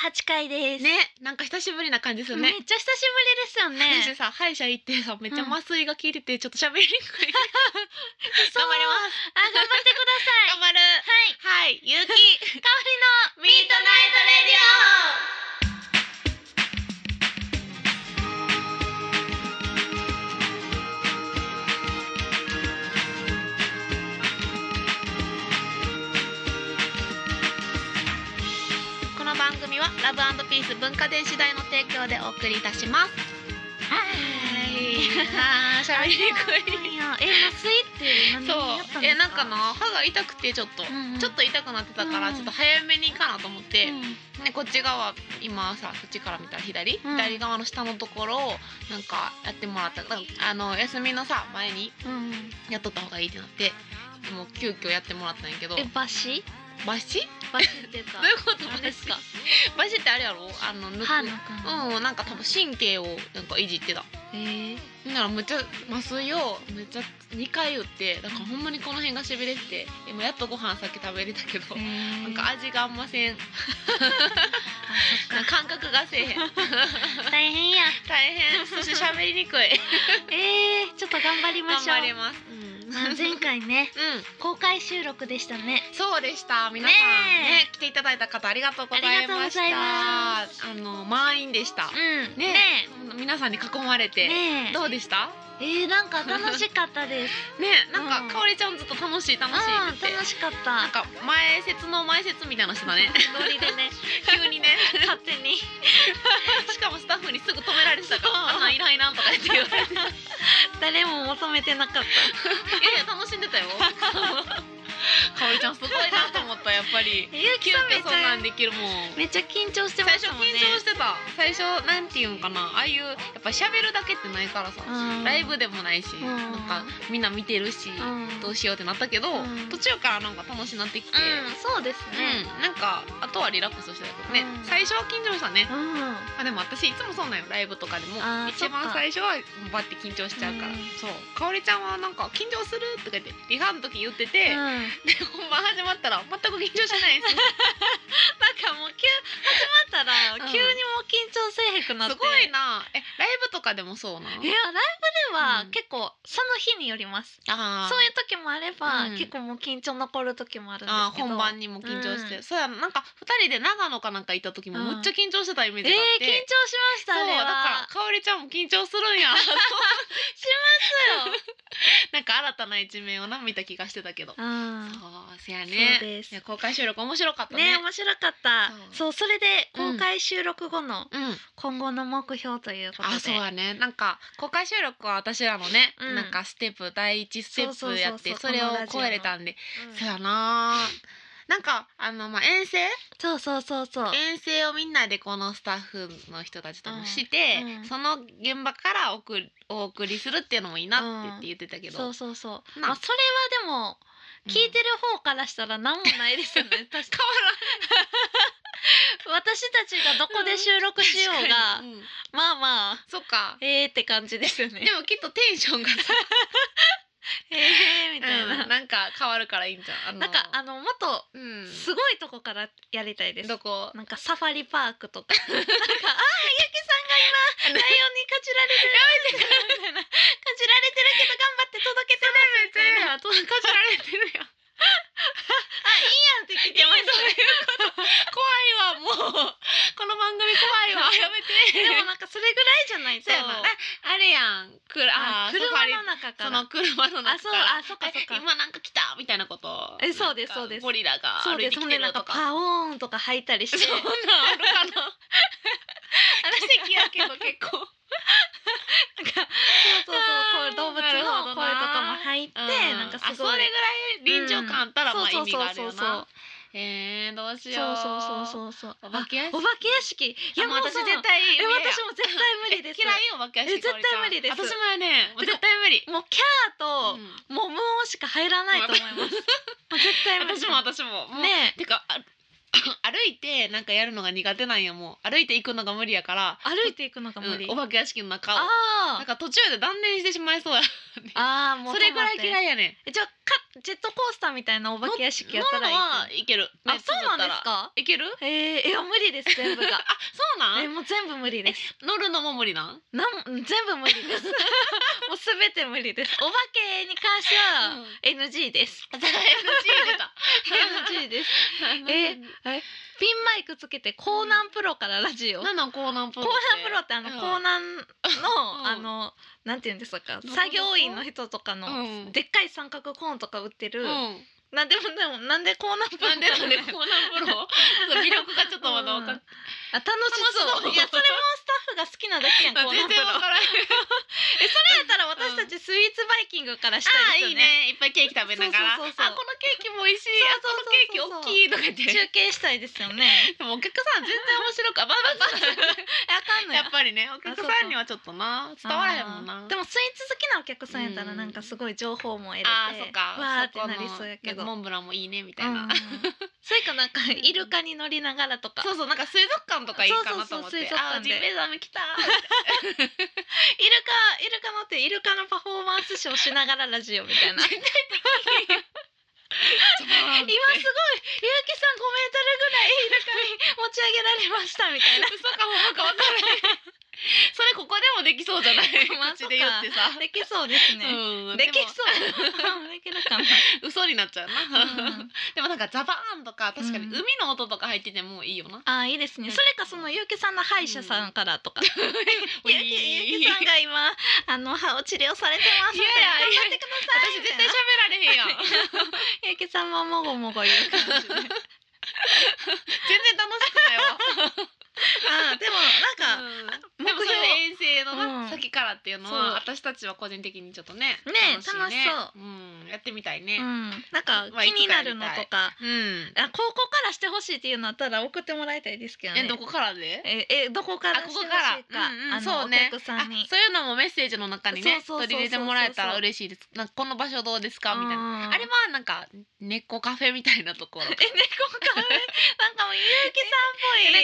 八回です、ねなんか久しぶりな感じですよめっねちゃ久しぶりですよ 私ねさ歯医者行ってさめっちゃうん麻酔が効いててちょっと喋りにくいそう頑張りますあ頑張ってください頑張るはい はいゆうき香りのミートナイトレディオこの番組はラブピース文化電子代の提供でお送りいたします。はい。あー喋りにくい。いやえ麻酔って何そうやったんですか。えなんかな歯が痛くてちょっと、うんうんちょっと痛くなってたかうらんちょっと早めに行かなと思って、うんねこっち側今さこっちから見たら左、うん左側の下のところをなんかやってもらった。なんかあの休みのさ前にうんうんやっとった方がいいってなって。もう急遽やってもらったんやけど、えバシバシ？バシっていうか どういうこと？何ですかバシってあれやろ？あの抜く歯の感うん、なんか多分神経をなんかいじってた。じ。えーならめっちゃ麻酔をめっちゃ2回打って、だからほんまにこの辺がしびれてて、今やっとご飯さっき食べれたけど、ななんか味があん ません。 なんか感覚がせえへん。大変や。大変。そして喋りにくい。 えー、ちょっと頑張りま頑しょう。張ります。まあ前回ねう公開収録でしたね。ん、そうでした。皆さんねえね来ていただいた方ありがとうございました。ああの満員でした。うん。ねねえ皆さんに囲まれえ。て、ねどうでした？え。えー、なんか楽しかったです。ねえなんか、うんかおりちゃんずっと楽しい楽しいって言ってうん 楽しかった。なんか前説の前説みたいなのし てたねノリでね、急にね勝手に。しかもスタッフにすぐ止められてたから「あんなんいらんいらん」とか言って言 われて「い誰も求めてなかっやいや楽しんでたよ」 かおりちゃんすごいなと思ったやっぱ りた。ゆうき急さんめっ遽ちそんなゃんできるもんめっちゃ緊張してま最し初たもんね。緊張してた最初なんていうんかなああいうやっぱ喋るだけってないからさうんライブでもないしんなんかみんな見てるしうんどうしようってなったけどうん途中からなんか楽しになってきてうん、そうですね。うん、なんかあとはリラックスしてたけどね、うん最初は緊張したね、うん。あでも私いつもそうなんよライブとかでもあー一そっ番か最初はバッて緊張しちゃうから、うんそうかおりちゃんはなんか緊張するとか言ってリハの時言ってて、うんで本番始まったら全く緊張し ないんですよなんかもう急始まったら、うん急にもう緊張せえへんくなっすて。ごいなえライブとかでもそうなのいやライブではうん結構その日によります。あーそういう時もあれば、うん結構もう緊張残る時もあるんですあーけど。本番にも緊張して、うそうやなんか二人で長野かなんか行った時もむっちゃ緊張してたイメえーー、緊張しジがあっまて、したそうあれだからは。かおりちゃんも緊張する んやそうなんか新たな一面をな見た気がしてたけどあそーうせやそうね。ですいや公開収録面白かったね。ね面白かったそそうそれで公開収録後のうん。今後の目標ということで、あ、そうやね。なんか公開収録は私らのね、うんなんかステップ第一ステップやってそうそそうそうそうれこのをラジオ超のえれたんで、うんそうやな。なんかあのまあ遠征そうそうそうそう遠征をみんなでこのスタッフの人たちともして、うんうんその現場からお送りお送りするっていうのもいいなってって言ってたけど、そうそうそうなまあそれはでもうん聞いてる方からしたら何もないです よね確かに私たちがどこで収録しようが、うんまあまあそっか。えーって感じですよねでもきっとテンションがさ、えーみたいな、うんなんか変わるからいいんじゃん。あのなんかあのもっとうんすごいとこからやりたいですどこなんかサファリパークとか なんかあーゆきさんが今ライオンにかじられてるみたいなか じられてるけど頑張って届けてますみたいなとかじられてるや ん。いやまあそういう怖いわもうこの番組怖いわ やめて。でもなんかそれぐらいじゃないとそうやなあれやん。くるああー車サファリの中かそらの車のあ中そうから。あそっかそっえか今なんか来たみたいなこと。えそうですなんかそうですゴリラがそう歩いでてすほきんてでなんかるとか。パオーンとか履いたりして そんなんあるか な。奇跡やけど結構。そうそうそうこう動物なるほどなの声とかも入ってうんなんかすごあそいれぐらい臨場感あったらうんまあ意そう味そうがあるそうよそうな。えーどうしよう。うそう。そうそうそうそうそうお化け屋あお敷化け屋敷いいやもう私さ絶対え無理や私も絶対無理です嫌いよお化け屋敷え絶対かおりちゃん無理です私もやねもうてか絶対無理もうキャーと、もう無音しか入らないと思います。もう絶対無理 私も私ももうねえてかあ 歩いてなんかやるのが苦手なんやもう歩いて行くのが無理やから歩いていくのが無理。うんお化け屋敷の中をあなんあか途中で断念してしまいそうや ああもうそれぐらい嫌い。いやねんえじゃあカジェットコースターみたいなお化け屋敷やったらいい乗るのはっていけるあそうなんですかいけるえー、いや無理です全部 があそうなん、えもう全部無理です乗るのも無理なんなん全部無理です もうすべて無理です お化けに関しては NG です、 NG 出た NG ですえピンマイクつけてコーナンプロからラジオなんなんコーナンプコローナンプロってあの、うんコーナンの、んあのなんて言うんですかどこ作業員の人とかの、うんでっかい三角コーンとか売ってる、うんなんでもでもなんでコーナンプロなんでなんでコ楽ーしナ ンプロそう魅力がちょっとまだ分かんないあ楽しそう楽しそういやそれもスタッフが好きなだけやんコーナン 全プ然ロわからないえそれやったら私たちスイーツバイキングからしたあいでーいいすよね,、ねいっぱいケーキ食べながらそうそうそうそうあこのケーキも美味しいあこのケーキそうそうそうそう大きいとか言って中継したいですよねでもお客さ ん全然面白くあまあまあえ あかんのやよっぱりねお客さんにはちょっとな伝わらへんもんあーなでもスイーツ好きなお客さんやったらなんかすごい情報も得れてあーそっかわーっそこてのなりそうやけどモンブランもいいねみたいうんな、それかなんかイルカに乗りながらとかそうそうなんか水族館とかいいかなと思ってそうそうそう水族館であージンベエザメ来た イルカイルカ乗ってイルカのパフォーマンスショーしながらラジオみた いな今すごい結城さ今ん5メートルぐらいイルカに持ち上げられましたみたい な嘘かほんまか分からへんそれここでもできそうじゃないまあ 口で言ってさできそうですね、うんできもそう できるかな、嘘になっちゃうな、 うん でもなんかザバーンとか確かにうん海の音とか入っててもいいよな、あーいいですねそれかその結城さんの歯医者さんから とか、ウィーゆうきゆうきさんが今あの歯を治療されてますみたいな頑いや張ってください私み絶たい対な喋られへ んやん全然ゆうきさんももごもご言 う感じで楽しくないわ あーでもなんか、でもそれで遠征のな、うん先からっていうのそうは私たちは個人的にちょっとねねいね楽しう、ん、やってみたいね、うん、なんかまあ気になるのとか、うんあ高校からしてほしいっていうのあったら送ってもらいたいですけどねえどこからでええどこからあしてこほこしいからか、うんうんあのそうねお客さんにあそういうのもメッセージの中にねそうそうそうそう取り入れてもらえたら嬉しいですなんかこの場所どうですかみたいななあれはなんか猫カフェみたいなところえ猫カフェなんかもうゆうきさ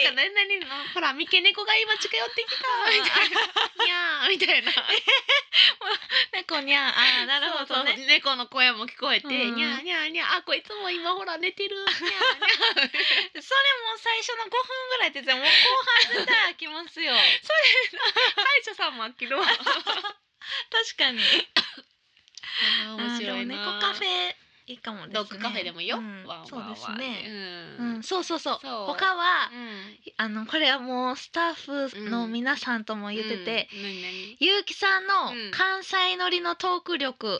んっぽい なんか何々のほら三毛猫が今近寄ってきた みたいなにゃーみたいな猫にゃんあーなるほどねそうそう猫の声も聞こえて、うんにゃーにゃーにゃーあこいつも今ほら寝 てるにゃーにそゃーれもう最初の5分ぐらいって言ってたらもう後半絶対飽きますよ歯医者さんも飽き る わ確かにあー面白いなあーでも猫カフェいいかもですねドッグカフェでもいいよ、うんわんわんわんそうですねううんん、そうそうそうそう他はうんあのこれはもうスタッフの皆さんとも言ってて、うん、何何ゆうきさんのうん関西乗りのトーク力の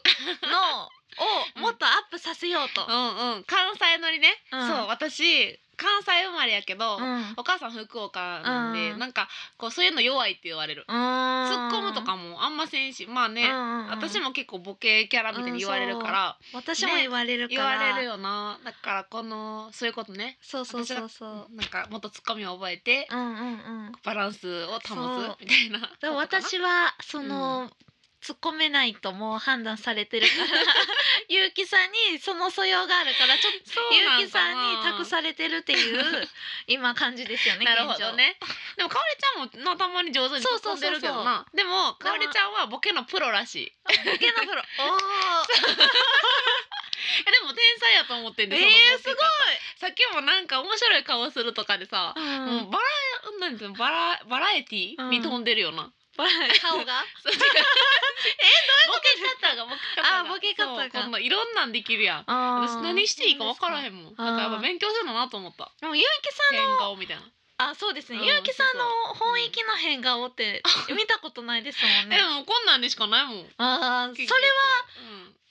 をもっとアップさせようと。うんうん関西乗りね、うんそう私関西生まれやけど、うん。お母さん福岡なんで、うんなんかこうそういうの弱いって言われる、突突っ込むとかもあんませんしまあね、私もも結構ボケキャラみたいに言われるから、私も言われるか言わら。れるよなだからこのそういうことねそうそうそうそう。なんかもっとツッコミを覚えて、うんうんうん。バランスを保つそうみたいなでもこ私はその、突っ込めないともう判断されてる からゆうきさんにその素養があるからちょっととかなゆうきさんに託れされてるって いう今感じですよねなるほ現ど状ねでもかおりちゃんもなたまに上手に突っ込んでるけどなでもかおりちゃんはボケのプロらしいボケの プロおーえでも天才やと思ってんでえそのー、ボすケごい方、さっきもなんか面白い顔するとかでさ、うんもうバラなんていうのバラバラエティーに飛んでるよ な、顔がそう違うボケ方がボケ方があボケ方がそうこんないろんなんできるやん私何していいか分からへんんもんあーなんかやっぱ勉強するのなと思ったでもゆうきさん変顔みたいな、あそうですね、うんゆうきさんのそうそう本域の変顔って見たことないですもんでねもこんなんでしかないもんああそれ結局は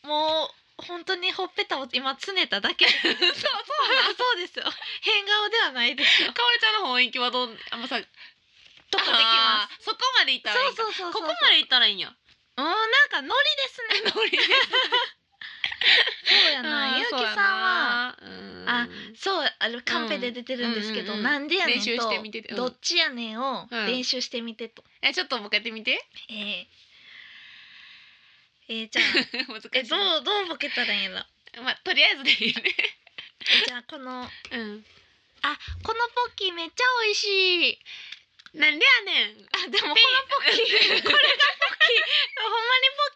うんもう本当にほっぺたを今つねただけ そうそうそうですよ変顔ではないですよかおりちゃんの本意気はどうあんまさとかとかできますそこまでいったらいいんかそうそうそうそうここまでいったらいいんやうんなんかノリですねノリでそうやなゆうきさんはああそうあのカンペで出てるんですけど、うんうんうんなんでやねんと練習してみてうんどっちやねんをうん練習してみてと、えちょっとボケて みてえー、えー、 じゃあ難しいえどうどうボケたらいいのまあとりあえずでいいねえじゃあこのうんこのポッキーめっちゃ美味しいなんでやねんあでもこのポッキーこれがポッキーほんまにポッ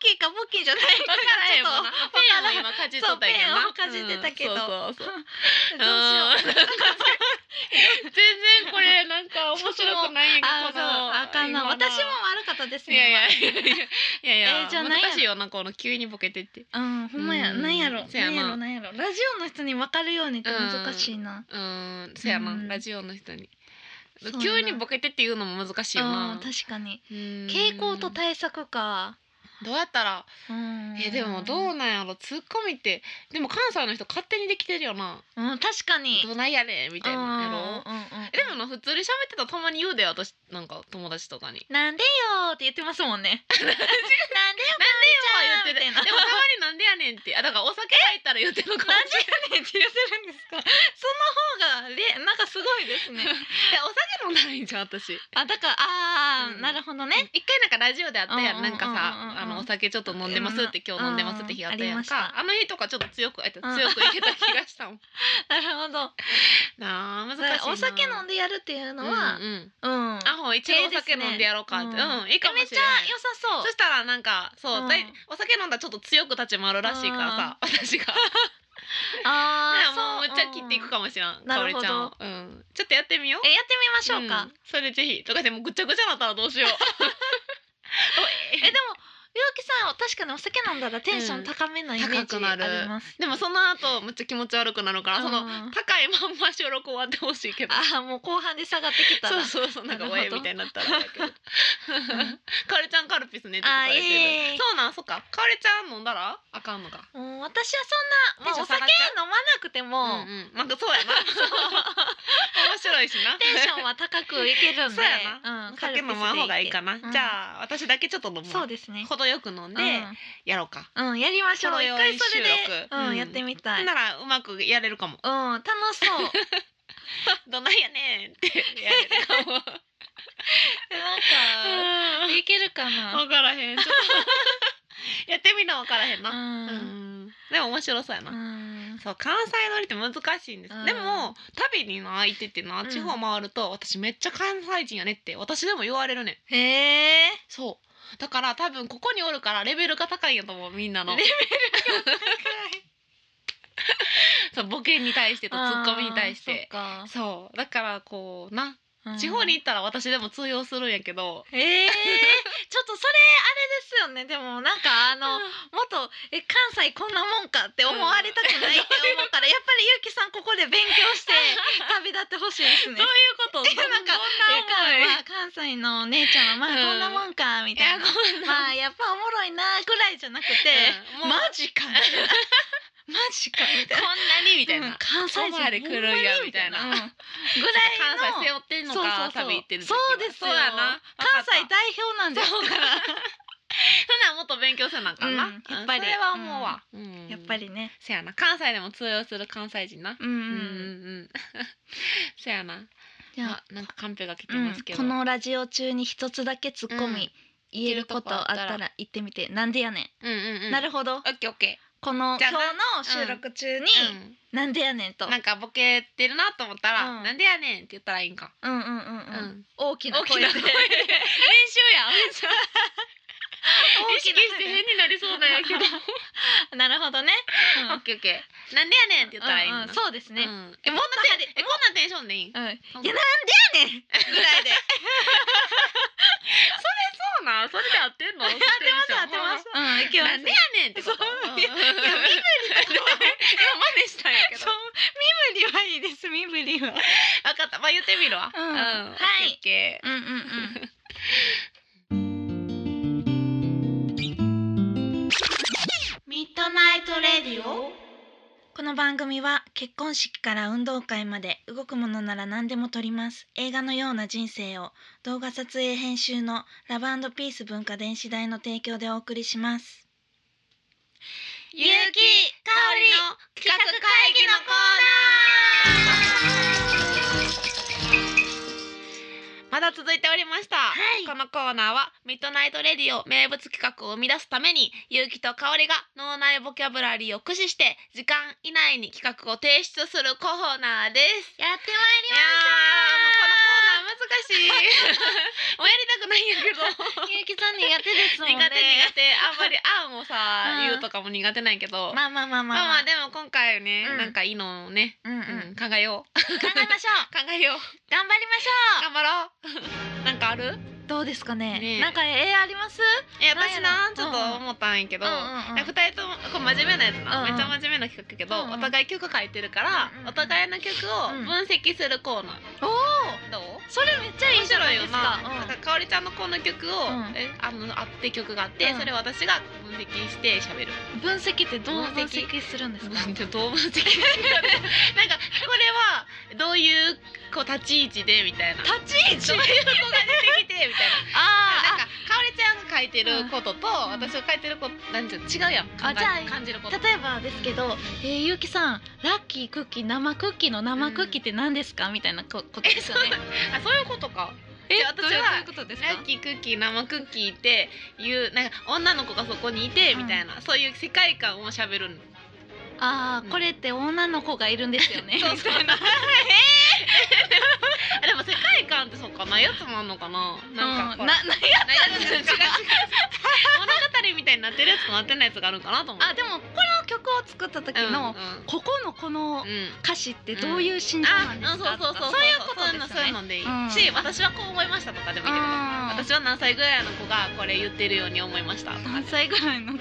キーかボケじゃないかわからへ んもんなちょっとペンを今かじっとったんやけど そうペンをかじってたけどなうんそうそうそとう どうしよう全然これなんか面白くないんや あけそどうあかんな今の私も悪かったですいねやいやいやいやいや、 えーじゃあなんや難しいよなこの急にボケてってうんほんまやうんなんやろせやななんやろなんやろラジオの人に分かるようにって難しいなうーんそやな、うんラジオの人にそうやな急にボケてっていうのも難しいよあなー確かに傾傾向と対策かどうやったらうんえーでもどうなんやろツッコミってでも関西の人勝手にできてるよなうん確かにどないやねんみたいなやろうんうんうんうんえでもな普通に喋ってたらたまに言うで私なんか友達とかに。なんでよーって言ってますもんね なんでよなんかおりでちよゃんみたいなでもたまになんでやねんってあだからお酒入ったら言ってるのかもなんしれでやねんって言わせるんですかその方がれなんかすごいです ねない お酒飲んだらいいんじゃん私あだからあー、うんなるほどね一回なんかラジオであったやうんんうんなうんんかさうんあのお酒ちょっと飲んでますって今日飲んでますって日あったやうんうんありまんしかたあの日とかちょっと強くあえて強くいけた気 がしたもんなるほどなあ難しいだなからお酒飲んでやるっていうのはうんうんうん、あほう一応お酒飲んでやろうかっ手て、うですねんいいかもしれなめいっちゃ良さそうそしたらなんかそう、うんだいお酒飲んだらちょっと強く立ち回るらしいからさ、私があー もうめっちゃ切っていくかかもしれん、んかおりちゃんをうん、ちょっとやってみようえやってみましょうか、んそれぜひとかでもぐちゃぐちゃなったらどうしよう えでもゆうきさんは確かにお酒飲んだらテンション高めなイメージうん高くなあるります、でもその後めっちゃ気持ち悪くなるから、そうのん高いまんま収録終わってほしいけどあーもう後半で下がってきたそらうそうそうなんかおなるえほどみたいになったらあれだけどかおりちゃんカルピスねってあ言ーイエーれてるイそうなんそっかかおりちゃん飲んだらあかんのかうん私はそんな、まあ、テンおショ酒ン下がっちゃ飲まなくても、うんうん、まあそうやな面白いしなテンションは高くいけるんでそうやうん、な、酒飲まん方がいいかうな、んじゃあ私だけちょっと飲むわそうですね程よく飲んで、やろうかうん、うん、やりましょほうろ一酔回いそれで収録、うんうんやってみたい、うん、ならうまくやれるかも楽しそうなんか どないやねんってやれ るかも いけるかな分からへんちょっと やってみな分からへんな、ううんん、でも面白そうやな、うん、そう関西乗りって難しいんです、うんでも旅にな行っててなうん地方回ると、私めっちゃ関西人やねって私でも言われるねんへえそうだから多分ここにおるからレベルが高いんやと思うみんなのレベそうボケに対してとツッコミに対してあーそそうだからこうなっかうん地方に行ったら私でも通用するんやけど、ええちょっとそれあれですよねでもなんかあのもっとえ関西こんなもんかって思われたくないって 思うからやっぱりゆうきさんここで勉強して旅立ってほしいですどういねう。こと えなんかえどんな思い関西のお姉ちゃんはまあこんなもんかみいたやいな、こんなまあやっぱおもろいなぐらいじゃなくて、うんもうマジかみたいな マジかみたこんいななにみたいな、うん関西人ここまで来るんやみたいなほんまにみたいなうんぐらいの関西背負ってんのか旅行ってる時そはうですよそうやな関西だ代表なんですそうかからほなもっと勉強せなあかんな、うんやっぱりそれは思うわ、うんやっぱりねせやな関西でも通用する関西人なうん、ううんうんん、うん せやなじゃあ、あなんかカンペが来てうまんすけ、ど、このラジオ中に一つだけ突っ込み、うん言えることあっ言えたるとこら言ってみてなんでやねん、うんうんうんなるほどオッケーオッケこのじゃ今あ日なの収録中に、ー、なんでやねんとうん、なんかボケてるなと思ったら「うんなんでやねん」って言ったらいいんか、うんうんうんううん、ん大きな大き声なで 大声練習やん意識して声で変になりそうなんやけど なるほどね、うん オッケーオッケーなんでやねんって言ったらいいんだ、うんうんそうですね、ううんんえもっとてえこんなテンションでいいいやなんそうでやねんぐらいでそうなんそれで合ってんの合って当てます当てます。うん、いけます。なんでやねんってことそううんいやいや身振 今真似したんやけどそう身振りはいいです身振りは。分かったまあ言ってみるわ、うんははいオッケうんうんうん。ミッドナイトレディオ。この番組は結婚式から運動会まで動くものなら何でも撮ります映画のような人生を動画撮影編集のラブピース文化電子代の提供でお送りしますーゆうきかおりの企画会議のコーナーまだ続いておりました、はいこのコーナーはミッドナイトレディオ名物企画を生み出すためにゆうきとかおりが脳内ボキャブラリーを駆使して時間以内に企画を提出するコーナーですやってまいいやーもうこのコーナー難しいもうやりたくないんやけ どゆうきさん苦手ですも苦ん手苦ね手あんまり「あ」もさ、うん言うとかも苦手なんやけど、まあ、まあまあまあままああ、でも今回ね、うんなんかいいのをね、うんうん、う考ん、考え ようえましょう考えよう頑張りましょ頑張ろう なんかあるうどうですかねねえなんかえーありますえ私ななんやろちょっと思ったんやけど、う二んうんうん2人ともこれ真面目なやつな、うんうんめっちゃ真面目な企画やけど、うんうんお互い曲書いてるから、うんうんお互いの曲を分析するコーナおー、おどうそれめっちゃい面いじゃな白いいでよすかな。なんかかおりちゃんのこの曲を、うんえあのあって曲があって、うんそれを私が分析して喋る。うん分析ってどう分分析析するんですか。なんてどう分析するかねなんかこれはどういうこう立ち位置でみたいな。どう立ち位いう子が出てきてみたいな。な んあかかおりちゃんが書いてることと、ん私が書いてることなんていうの違うやん。考あじゃあえ感じるこあと。例えばですけど、えー、ゆうきさんラッキークッキー生クッキーの生クッキーって何ですか、みたいなこことです よね。あそういうことか。えじゃあ私はどういうことですか。ラッキークッキー生クッキーっていうなんか女の子がそこにいてみたいな、そういう世界観を喋るの。ああこれって女の子がいるんですよね。そうそう えー でも世界観ってそうかなやつもあんのかなな うんか、ほ んらな何がないあったん違う違う違で すうか。物語みたいになってるやつとなってないやつがあるんかなと思うあでもこの曲を作った時の、うんうんここのこのうん歌詞ってどういう心情あなんでうんすそうかそうとそうかそういうことですよね。そういうのでいい、うんし私はこう思いましたとかでもいいけどうん私は何歳ぐらいの子がこれ言ってるように思いましたとか何歳ぐらいの子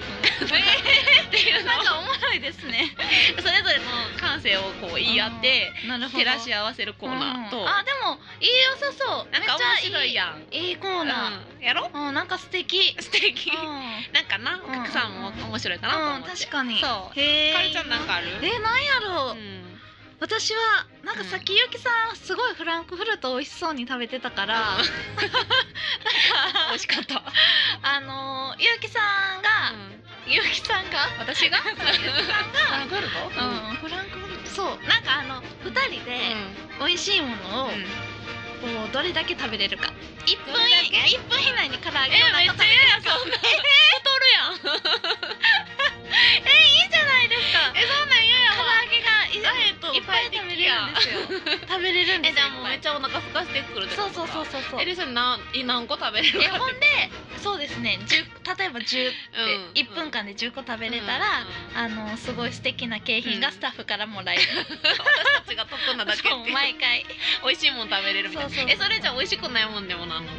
っていうのなんかおもろいですねをそれぞれの感性をこう言い合ってなるほど照らし合わせるコーナーと、うんあでもいい良さそうなんか面白いややんいいいコーナうんやろー、うん、なんか素敵素敵うん、なんかな、お客さんも面白いかなと思うんって。確かにそう。へえかりちゃんなんかある？えなんやろう、うん私はなんかさっきゆきさんすごいフランクフルト美味しそうに食べてたから、 うん美味しかった。あのーゆきさんが、ゆきさんが私が？さんゴルが、うんフランクフルトそうなんかあの二人で美味しいものを、うんこうどれだけ食べれるか一分どれだけ以一分以内に唐揚えげをめっちゃ食べ嫌やそんな。太るやん。 いいじゃないですかえそんなん嫌や唐わ。揚げがいダイエットいっぱい食べれるんですよ食べれるんでえすじよゃあもうめっちゃお腹空かしてくるってそこうそとうそううそうそうええりさん何何個食べれるか。ほんでそうですね10例えば10って1分間で10個食べれたら、あのすごい素敵な景品がスタッフからも らえる、私たちが得なだけってそう毎回美味しいもん食べれるみたいそうそうなそうえそれじゃ美味しくないもんでもなのな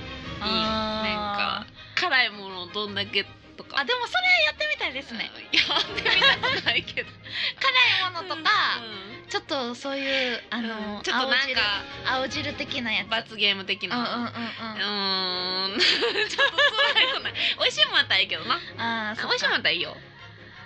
あんか辛いものをどんだけとーかあでもそれやってみたいですねいやでもやってみたくないけど辛いものとか、うんちょっとそういうあの、うんちょっとなんか青汁青汁的なやつ罰ゲーム的うんうんうんなううん ーんちょっと辛くない美味しいもんあったらいいけどなああ、美味しいもんあったらいいよん。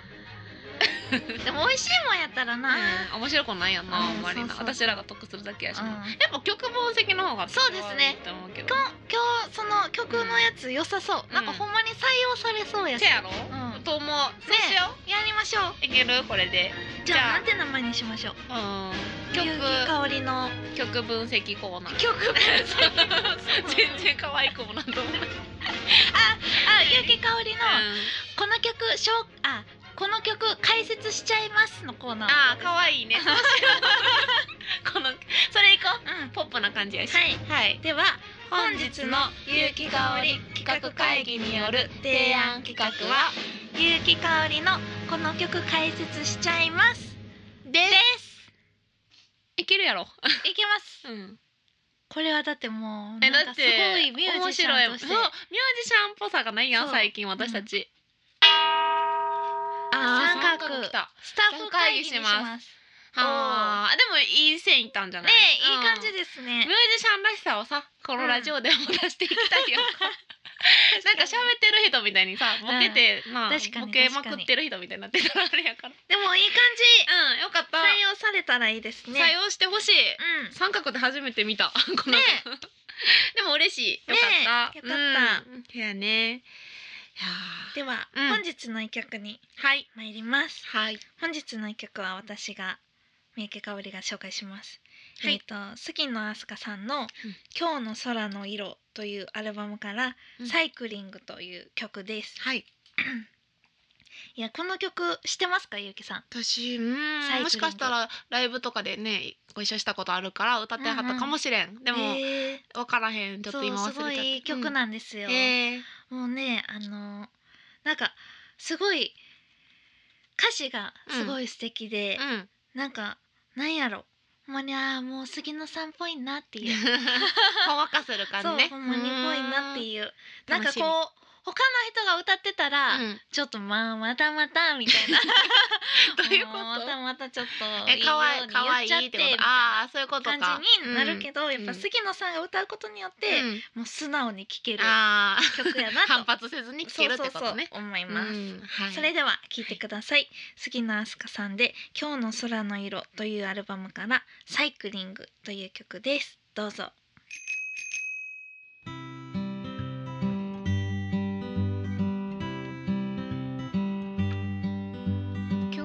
でも美味しいもんやったらな。うん面白くないようんなあんまりなそうそうそう私らが得するだけやしなうんやっぱ曲分析の方がそうですねって思うけど今今日その曲のやつ良さそう。んなんかほんまに採用されそうやし。せやろうんと思うそうしよやりましょう。ういけるこれでじゃじゃああなんて名前にしましょう。うんゆうき曲かおりの曲分析コーナ ー 曲分析。全然可愛くもなんともないあ、ゆうきかおりのうんこの曲紹あこの曲解説しちゃいますのコーナー。ああ可愛 いね。そうしようこのそれ行こうんう。。ポップな感じやし。はいはい。では本日のゆうきかおり企画会議による提案企画はゆうきかおりのこの曲解説しちゃいます。です。いけるやろ。いけます。うん。これはだってもうえなだんかっすてごいミュージシャンとして面白いもんそうミュージシャンっぽさがないやそんう最近私たち。あー三三角角来た。スタッフ会議にします。ああでもいい線いったんじゃねない。えいい感じで。ですミューね。ジシャンらしさをさこのラジオでも出していきたいよ。 なんか喋ってる人みたいにさボケてまあ確かにボケまくってる人みたいになってたらあれやから。でもいい感うんよかった。じ。採用されたらいいですね。採用してほしい。うん。三角で初めて見た この、ねでも嬉しいねよかった、よかったうん、いやねいやーでは、うん本日の一曲にはい参ります。はい本日の一曲は私が三池香織が紹介します。はいえっ、と杉野飛鳥さんの「今日の空の色」というアルバムから「うんサイクリング」という曲です。はいいやこの曲してますかゆうきさん私うんサイクリングもしかしたらライブとかでねご一緒したことあるから歌ってはったかもしれん、でも、えー分からへんちょっと今忘そうれすごちゃったいいい曲なんですうよ、んえーもうねあのなんかすごい歌詞がすごい素敵で、うんなんかなんやろほんまにあーもう杉野さんっぽいなっていう ほんわかする感そうじねほんまにっぽいなってういうーんなんかこう楽し他みの人が歌ってたら、んうんちょっとまあまたまたみたいな どういうこもまたとまたちょっとえかわいかわいいいよういに言っちゃっみたいっててことああそういうことかな感じになるけど、やっぱうん杉野さんが歌うことによって、うんもう素直に聴けるああ曲やなと 反発せずに聴けるってことねそうそうそう思います、うんはいそれでは聴いてください、杉野飛鳥さんで「今日の空の色」というアルバムから「サイクリング」という曲ですどうぞ今日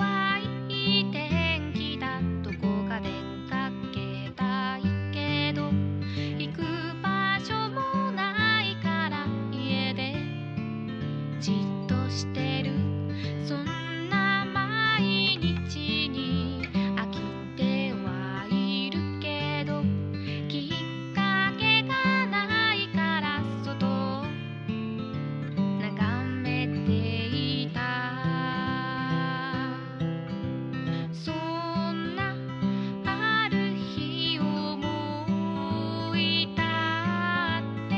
はいい天気だどこか出かけたいけど行く場所もないから家でじっとしてるそんな毎日に飽きてはいるけどきっかけがないから外を眺めていたそんなある日思い立って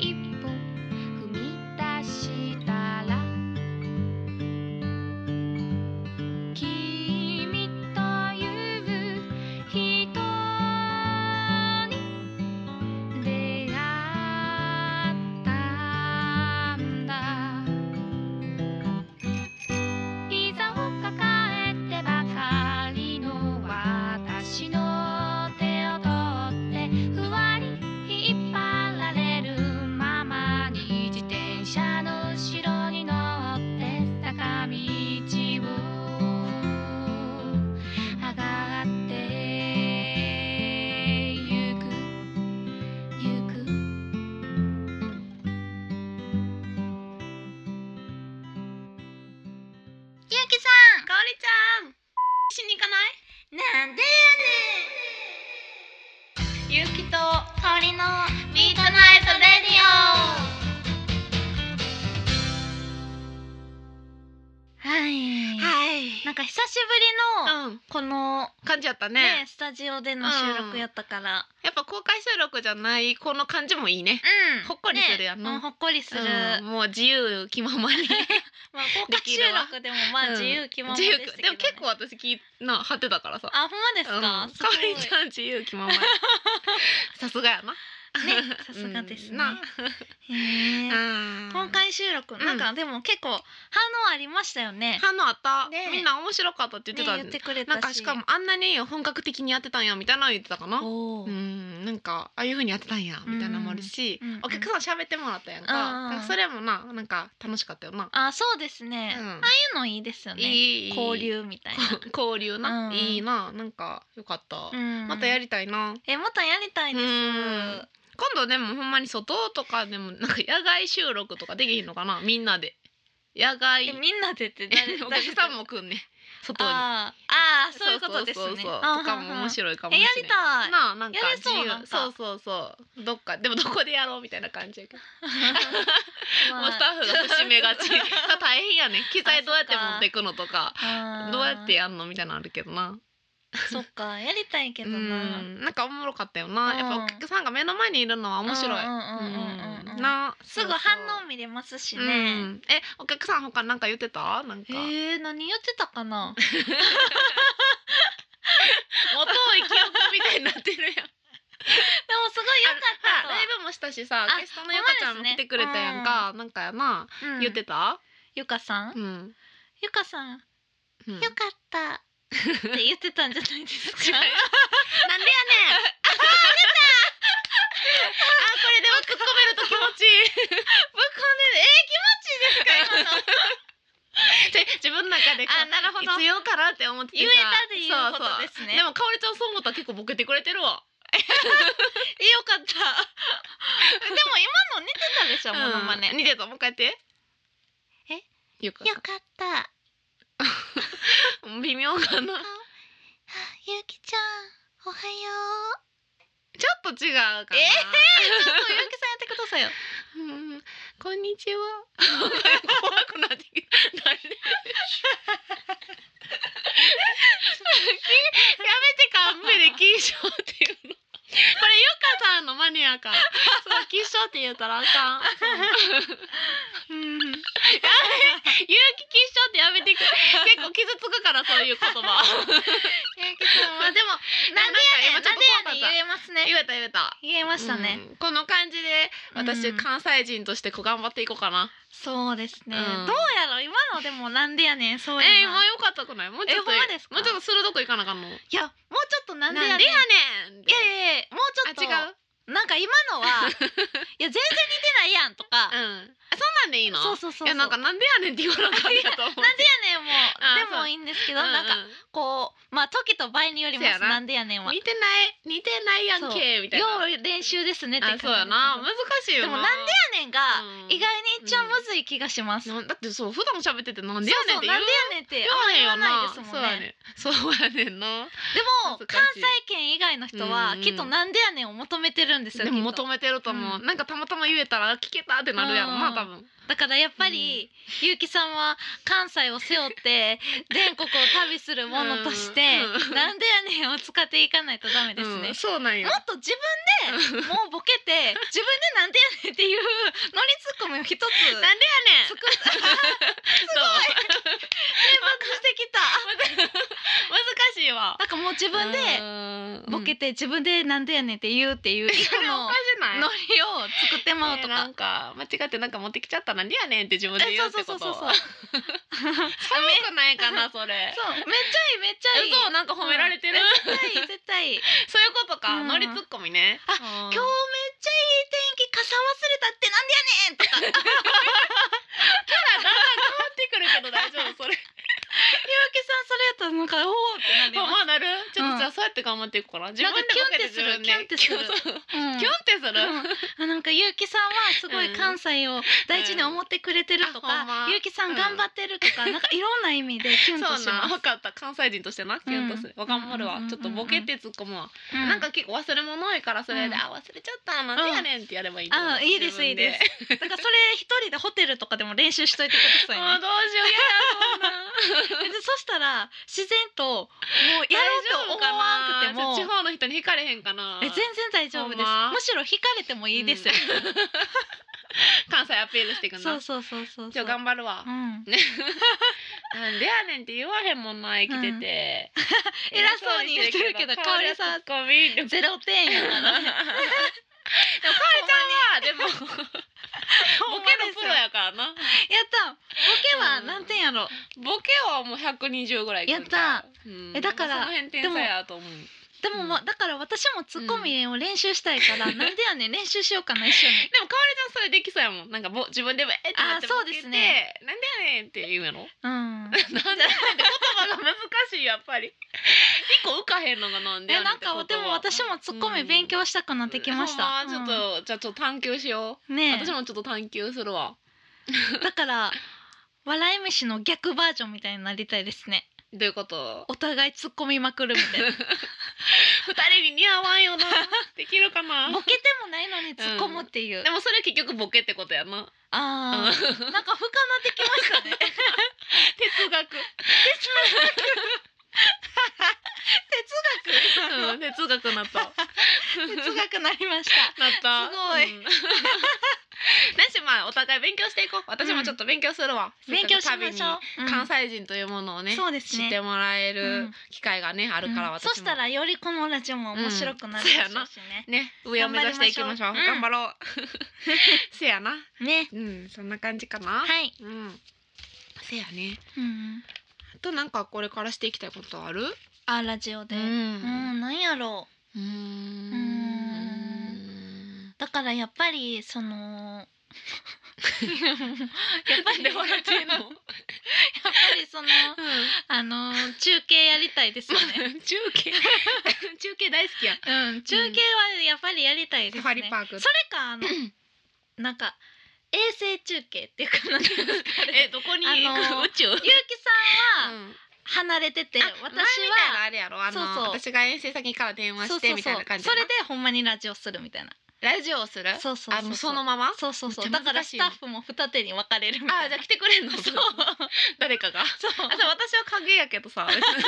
一歩踏み出したら君という人に出会ったんだ膝を抱えてばかりの私の手を取ってふわり引っ張られるままに自転車の後ろに乗って坂道を上がってゆくゆくゆうきさんかおりちゃんしに行かないなんでやねんゆうきとかおりのミートナイトレディはい、はいなんか久しぶりの、うんこの感じやったねねスタジオでの収録やったからやっぱ公開収録じゃないこの感じもいいねうん、ほっこりするやんねなうんほっこりする、うんもう自由気ままにまあ公開収録でもまあで自きる由気ままわ自でした由けど、ね、でも結構私きな張ってたからさあほんまですか、うん、すかごわいりちゃん自由気 ままやさすがやなねさすがですねうんなへー今今回収録うんなんかでも結構反応ありましたよね反応あった、ねみんな面白かったって言ってた、ね言ってくれたしなんかしかもあんなに本格的にやってたんやみたいなの言ってたかなおーうんなんかああいう風にやってたんやみたいなのもあるし、うんうんうんお客さん喋ってもらったやんか,、うんうんなんかそれもななんか楽しかったよな、あそうですね、うあんあいうのいいですよねいい交流みたい 交流な、うんいいななんかよかった、な、うん、またやりたいなえまたやりたいです、うん今度でもほんまに外とかでもなんか野外収録とかできひんのかなみんなで野外えみんなでって誰 お客さん誰も来んね外にあーあーそういうことですねそうそうそうあーとはかんもはん面白いかもえしれやないり たいなあなんかやれ自そう由なんかそうそうそうどっかでもどこでやろうみたいな感じやけど、まもうスタッフが節めがち大変やね機材どうやって持っていくのとか あーどうやってやんのみたいなのあるけどなそっかやりたいけうどな、んなんかおもろかったよな、うんやっぱお客さんが目の前にいるのは面白い、うんうんうんうんうんうんうんなすぐ反応見れますしね、うんえお客さん他なんか言ってたなんか、えー、何言ってたか な元を記憶みたいになってるやんでもすごい良かったライブもしたしさあゲストのゆかちゃんも来てくれたやんか、なんかやな、と、うん言ってたゆかさん、うん、ゆかさん、うん、よかったって言ってたんじゃないですか 違うなんでやねん。あ、これでも突っ込めると気持ちいい。 ぶっ込んでる。えー、気持ちいいですか、自分の中でこうあなるほど必要かなって思って言えたっていうことそうそうですねでもかおりちゃんそう思ったら結構ボケてくれてるわ。えよ かったでも今の似てたでしょモノマネうん似てたもう一回やって。えよかっよかったあた微妙かなゆきちゃんおはようちょっと違うかなえ ちょっとゆきさんやってくださいようんこんにちは。怖くなってきた。 なんでやめてカンペで金賞っていうの。これゆかさんのマニアか。そう金賞って言ったらあかん。うん有機金賞ってやめてく。結構傷つくからそういう言葉。ゆきさんはでもなんでやねんなんでやねん言えますね 言えた言えた。言えましたね、うんこの感じで私、うん関西人としてこう頑張っていこうかな。そうですね、うんどうやろう今のでもなんでやねんそうやなえー、もうよかったくない。もうちょっとえほんまですかもうちょっと鋭くいかなあかんの。いやもうちょっとなんでやねんねんいやいやいやもうちょっとあ違うなんか今の はいや全然似てないやんとか、うん、そんなんでいいのそうそうそうそういやなんかなんでやねんって言わなかったやと思うなんでやねんもあうでもいいんですけど、なんかこうまあ時と場合によりませすやななんでやねんうんは似てない似てないやんけみたいなよう練習ですねってあ感じそうやな難しいよでもなんでやねんがうん意外に一番むずい気がします、なんだってそう普段喋っててなんでやそうねんそうってな言うんでやねんって言あんま言わわないなですもんそうやねねそうやねんなでも恥ずか関し西い圏以外の人はうんうんきっとなんでやねんを求めてるんですよでもきっと求めてると思う、うんなんかたまたま言えたらあ聞けたってなるやろうなん多分だからやっぱり、ゆうきさんは関西を背負 って全国を旅するものとして、うんうんなんでやねんを使っていかないとダメですね、うん、そうなんよもっと自分でもうボケ て自分でなんでやねんっていうノリツッコミを一つ作なっんでやねん作っそうて きた難しいわなんかもう自分でボケてて自分でなんでやねんって言うっていう一個のノおかしないリを作ってまうとえーなかん。か間違ってなんか持ってきちゃったなんでやねんって自分でえ言うってことそうそうそうそう寒くないかなそれ そうめっちゃいいめっちゃいいそうなんか褒められてる、絶対いい絶対いいそういうことか、うんノリツッコミねあ今日めっちゃいい天気傘忘れたってなんでやねんとかだんだん変わってくるけど大丈夫それゆうきさんそれやったらなんかおおってなりほんままなるちょっうんとじゃあそうやって頑張っていこうかな自分でボケて自分でなんかキュンってするす、うんキュンってする、うんあなんかゆうきさんはすごい関西を大事に思ってくれてるとうんあほんか、まゆうきさん頑張ってると か、なんかいろんな意味でキュンとそうしなます分。かった関西人としてなキュンとする、うん頑張るわ、うんちょっとボケて突っ込むわ、うなんか結構忘れ物多いからそれで、うんあ忘れちゃったなんでやねんってやればいいと思う、あいいですいいです自分。だからそれ一人でホテルとかでも練習しといてくださいもうね。どうしよう嫌やそんな でそしたら自然ともうやろうと思わんくても大丈夫かな地方の人に惹かれへんかなえ全然大丈夫です。ほんまむしろ惹かれてもいいですよ。関西アピールしていく んそだうそうそうそうそう。じゃあ頑張るわうん。なんでやねんって言わへんもんな生きてて、うん 偉そうに言ってるけど香織さんコ ミでも香織ちゼロ点やかゃん らね。はでもボケほんまでのすプよロやからなやった。ボケは何点やろ。ボケはもう120ぐらいいくんちやゃっううんえだからその辺天才やと思うでもまうあだから私もツッコミを練習したい から、なんでやねん練習しようかな一緒に。でもかおりちゃんそれできそうやもんなんかぼ自分でえってなってあそうボケでてすねなんでやねんって言うやろうん。なんでやねんって言葉が難しいやっぱり一個浮かへんのがなんでえやねなんって言葉かでも私もツッコミ勉強したくなってきました。ほんまちょっとじゃあちょっと探求しようんう、ねえ私もちょっと探求するわだから笑い飯の逆バージョンみたいになりたいですね。どういうことお互いツッコミまくるみ たいな。二人に似合わんよなできるかなボケてもないのに突っ込むっていう。でもそれ結局ボケってことやなああ、なんか深なってきましたね。哲学 うん哲学なったなっ哲学、哲学なり ました。たすごいうん なしまあお互い勉強していこう私もちょっと勉強するわ、勉強しましょう。せっかく旅に関西人というものをうんねそうです知ね。ってもらえうるん機会がね、あるからうん私そも、したらよりこのラジオも面白くなるでしょうしね。ね上を目指していきましょう頑張りましょう頑張ろう せやなね。うんそんな感じかな、はい。うんせやねうん、あとなんかこれからしていきたいことあるあラジオで。うん、んなんやろう。うーんだからやっぱりそ の。やっぱりで笑ってんのやっ ぱりそのあの中継やりたいですよね。中継 中継大好きやうん、中継はやっぱりやりたいですね。サファリパークそれかあのなんか衛星中継っていうか なんていうんですかえどこに行く、あのー宇宙、うん、ゆうきさんは離れてて、あ私前みたいなはあれやろあのそうそう私が遠征先から電話そうそしうてそうみたいな感じそやれなでほんまにラジオするみたいなラジオをするそうそうそうそうあもうそのままあそうそうそうめっちだゃから難しスいなタッフも二手に分かれるみたいなあじゃあ来てくれんのそう誰かがそうあじゃあ私は影やけ どさ別に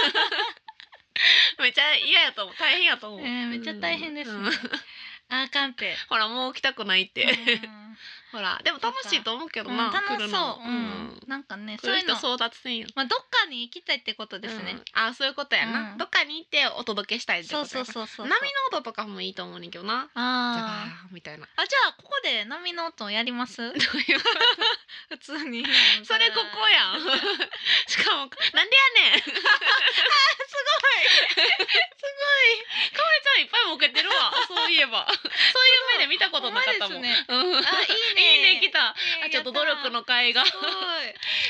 めっちゃ嫌やと思う大変やと思う、えーめっちゃ大変ですねうんあーかんてほらもう来たくないって、うんほらでも楽しいと思うけどな、うん楽来しるそのう、うん、なんかね来そうるいう人の争奪戦やんまあどっかに行きたいってことですね、うんあそういうことやな、うんどっかに行ってお届けしたいってこそうとやそううそうそう波の音とかもいいと思うねんけどなザバあーーみたいなあじゃあここで波の音やります どういう普通 にそれこ こやんしかもなんでやねんすごいすごいかおりちゃんいっぱいボケてるわそういえばそういう目で見たことなかったほもんんまですねうんあいいねいいね来たあえーちょっと努力の会がやったー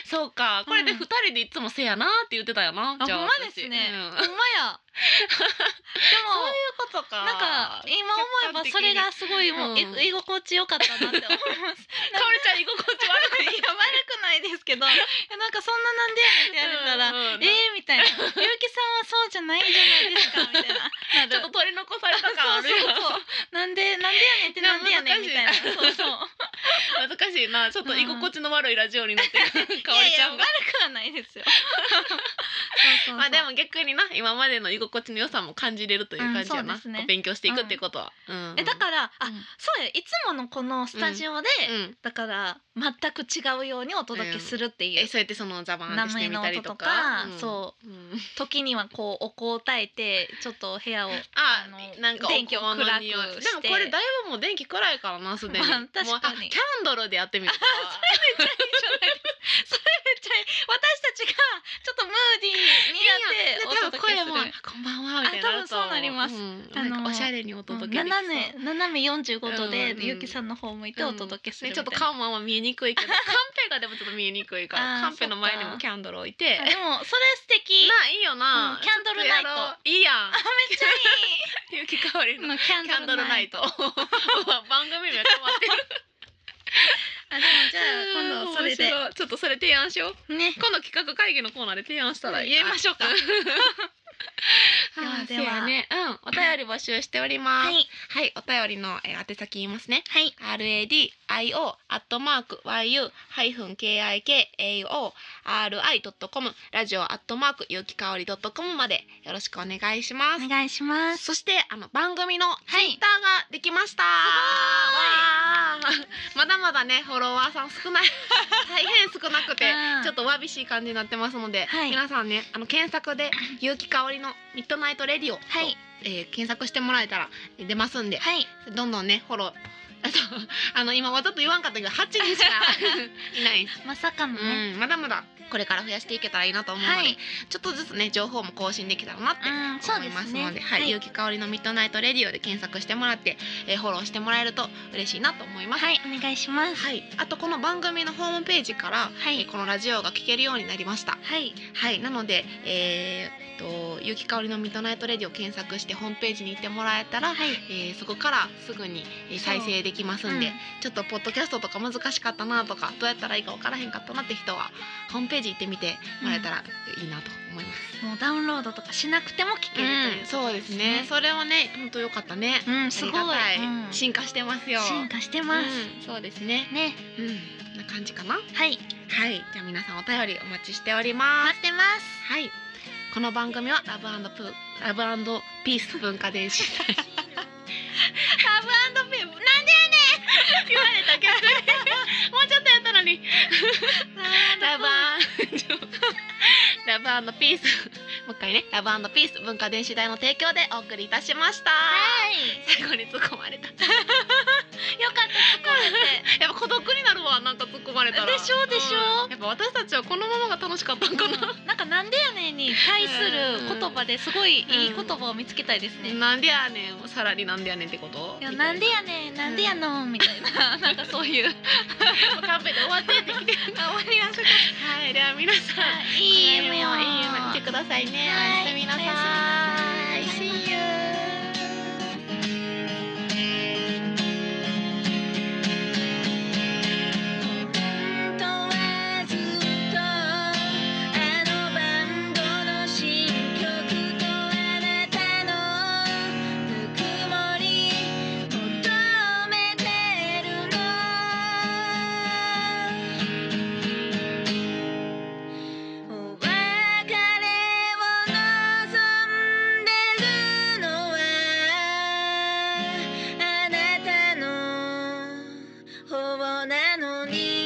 すごいそうかこれでうん二人でいつもせやなって言ってたよな、あ じゃあほんまですね、私うほんんま やでもそういうことかなんか今思えばそれがすごいもう、うんい居心地よかったなって思いますかおり ちゃん居心地悪くいやない悪くないですけどいやなんかそんななんでやねんってやれたら、うんうんえーみたいな「ゆうきさんはそうじゃないんじゃないですか」みたいななるちょっと取り残された感あるよそう そうそうなんでなんでやねんってなんでやねんみたいな難しいそうそう難しいなちょっと居心地の悪いラジオになって る かおいやりちゃんいや悪がくはないですよそうそうそうまあでも逆にな今までの居心地の良さも感じれるという感じやうんなそうですねこう勉強していくっていうことはうんえだからあうんそうやいつものこのスタジオで、うんだから全く違うようにお届けするっていう、えそうやってそのザバーンってしてみたり名前のとか、音とかそううん時にはこうお香を焚いてちょっと部屋をあのなんか電気を暗くしてお香の匂いでもこれだいぶもう電気暗いから なすでに、まあ確かにもうあキャンドルでやってみるとかそれめっちゃいい私たちがちょっとムーディーにな 多っ分てお声届けすも「こんばんは」みたいになあ多ると分そうなりますうんあのなんかおしゃれにおる届けできそう斜め斜め45度で、うんゆうきさんの方向いてお届けするね、みちたょいっな、と顔もあんま見えにくいけ どカンペがでもちょっと見えにくいからあーカンペの前そにっかもキャンドル置いてあでもそれ素敵なあいいよな、うんキャンドルナイトちょっとやろうい いやんあめっちゃいゆきかおりいののキャキャンドルナイトうわ 番組名変わっ てるあでもじゃあ今度それで面白いちょっとそれ提案しようね今度企画会議のコーナーで提案したらいい言いましょう かあではではそうやねうんお便り募集しておりますは、いはい、お便りの、えー、宛先言いますねはい、 RADIO アットマーク YU ハイフン KIKAORI.com ラジオアットマーク有機香り .com までよろしくお願いしまお願いしますす。そしてあの番組のツいイッターができました。わーまだまだねフォロワーさん少 ない。大変少なくてうんちょっとわびしい感じになってますので、はい皆さんねあの検索で有機香りのミッドナイトレディオと、はいえー検索してもらえたら出ますんで、はいどんどんねフォロー あとあの今わざと言わんかったけど8 人しかいないんです、まさかのね、うん、まだまだこれから増やしていけたらいいなと思うので、はいちょっとずつね情報も更新できたらなってうん、そう思いでますすのでねはい、ゆうきかおりのミッドナイトレディオで検索してもらって、えーフォローしてもらえると嬉しいなと思います。はい、お願いします。はい、あとこの番組のホームページから、はいえーこのラジオが聞けるようになりました。はい、はい、なので、えー、えっとゆうきかおりのミッドナイトレディを検索してホームページに行ってもらえたら、はい、えーそこからすぐにえーそう再生できますんで、うんちょっとポッドキャストとか難しかったなとかどうやったらいいか分からへんかったなって人はホームページ行ってみてもらえたらいいなと思います。もうダウンロードとかしなくても聞けるという。そうですねねそれはね本当良かったね。うん、あすごりいがたい、うん進進化してますよ。化してます。うんそうですね。ね、うん、こんな感じかな。はい、はい、じゃあ皆さんお便りお待ちしておりま待す。ってます。はい。この番組はラブプラブピース文化 電子。ラブアンドピー、なんで言われたけど、もうちょっとやったのに。ララブラブピースもう一回ねラブピース文化電子代の提供でお送りいたしましたはい、最後に突っ込まれたよかった、これやっぱ孤独になるわなんか突っ込まれたらでしょでしょうんやっぱ私たちはこのままが楽しかったんかでうな、。んなんかなんでやねんに対する言葉ですごいいい言葉を見つけたいですね。なんでやねんさらになんでやねんってこといやなんでやねん、なんでやのんみたいな、なんかそういう。もうカンペで終わってってきてあ、終わりましはいでは皆さんた。いい夢を。いい夢見てくださいねはいおやすみなさいおやすみ See you に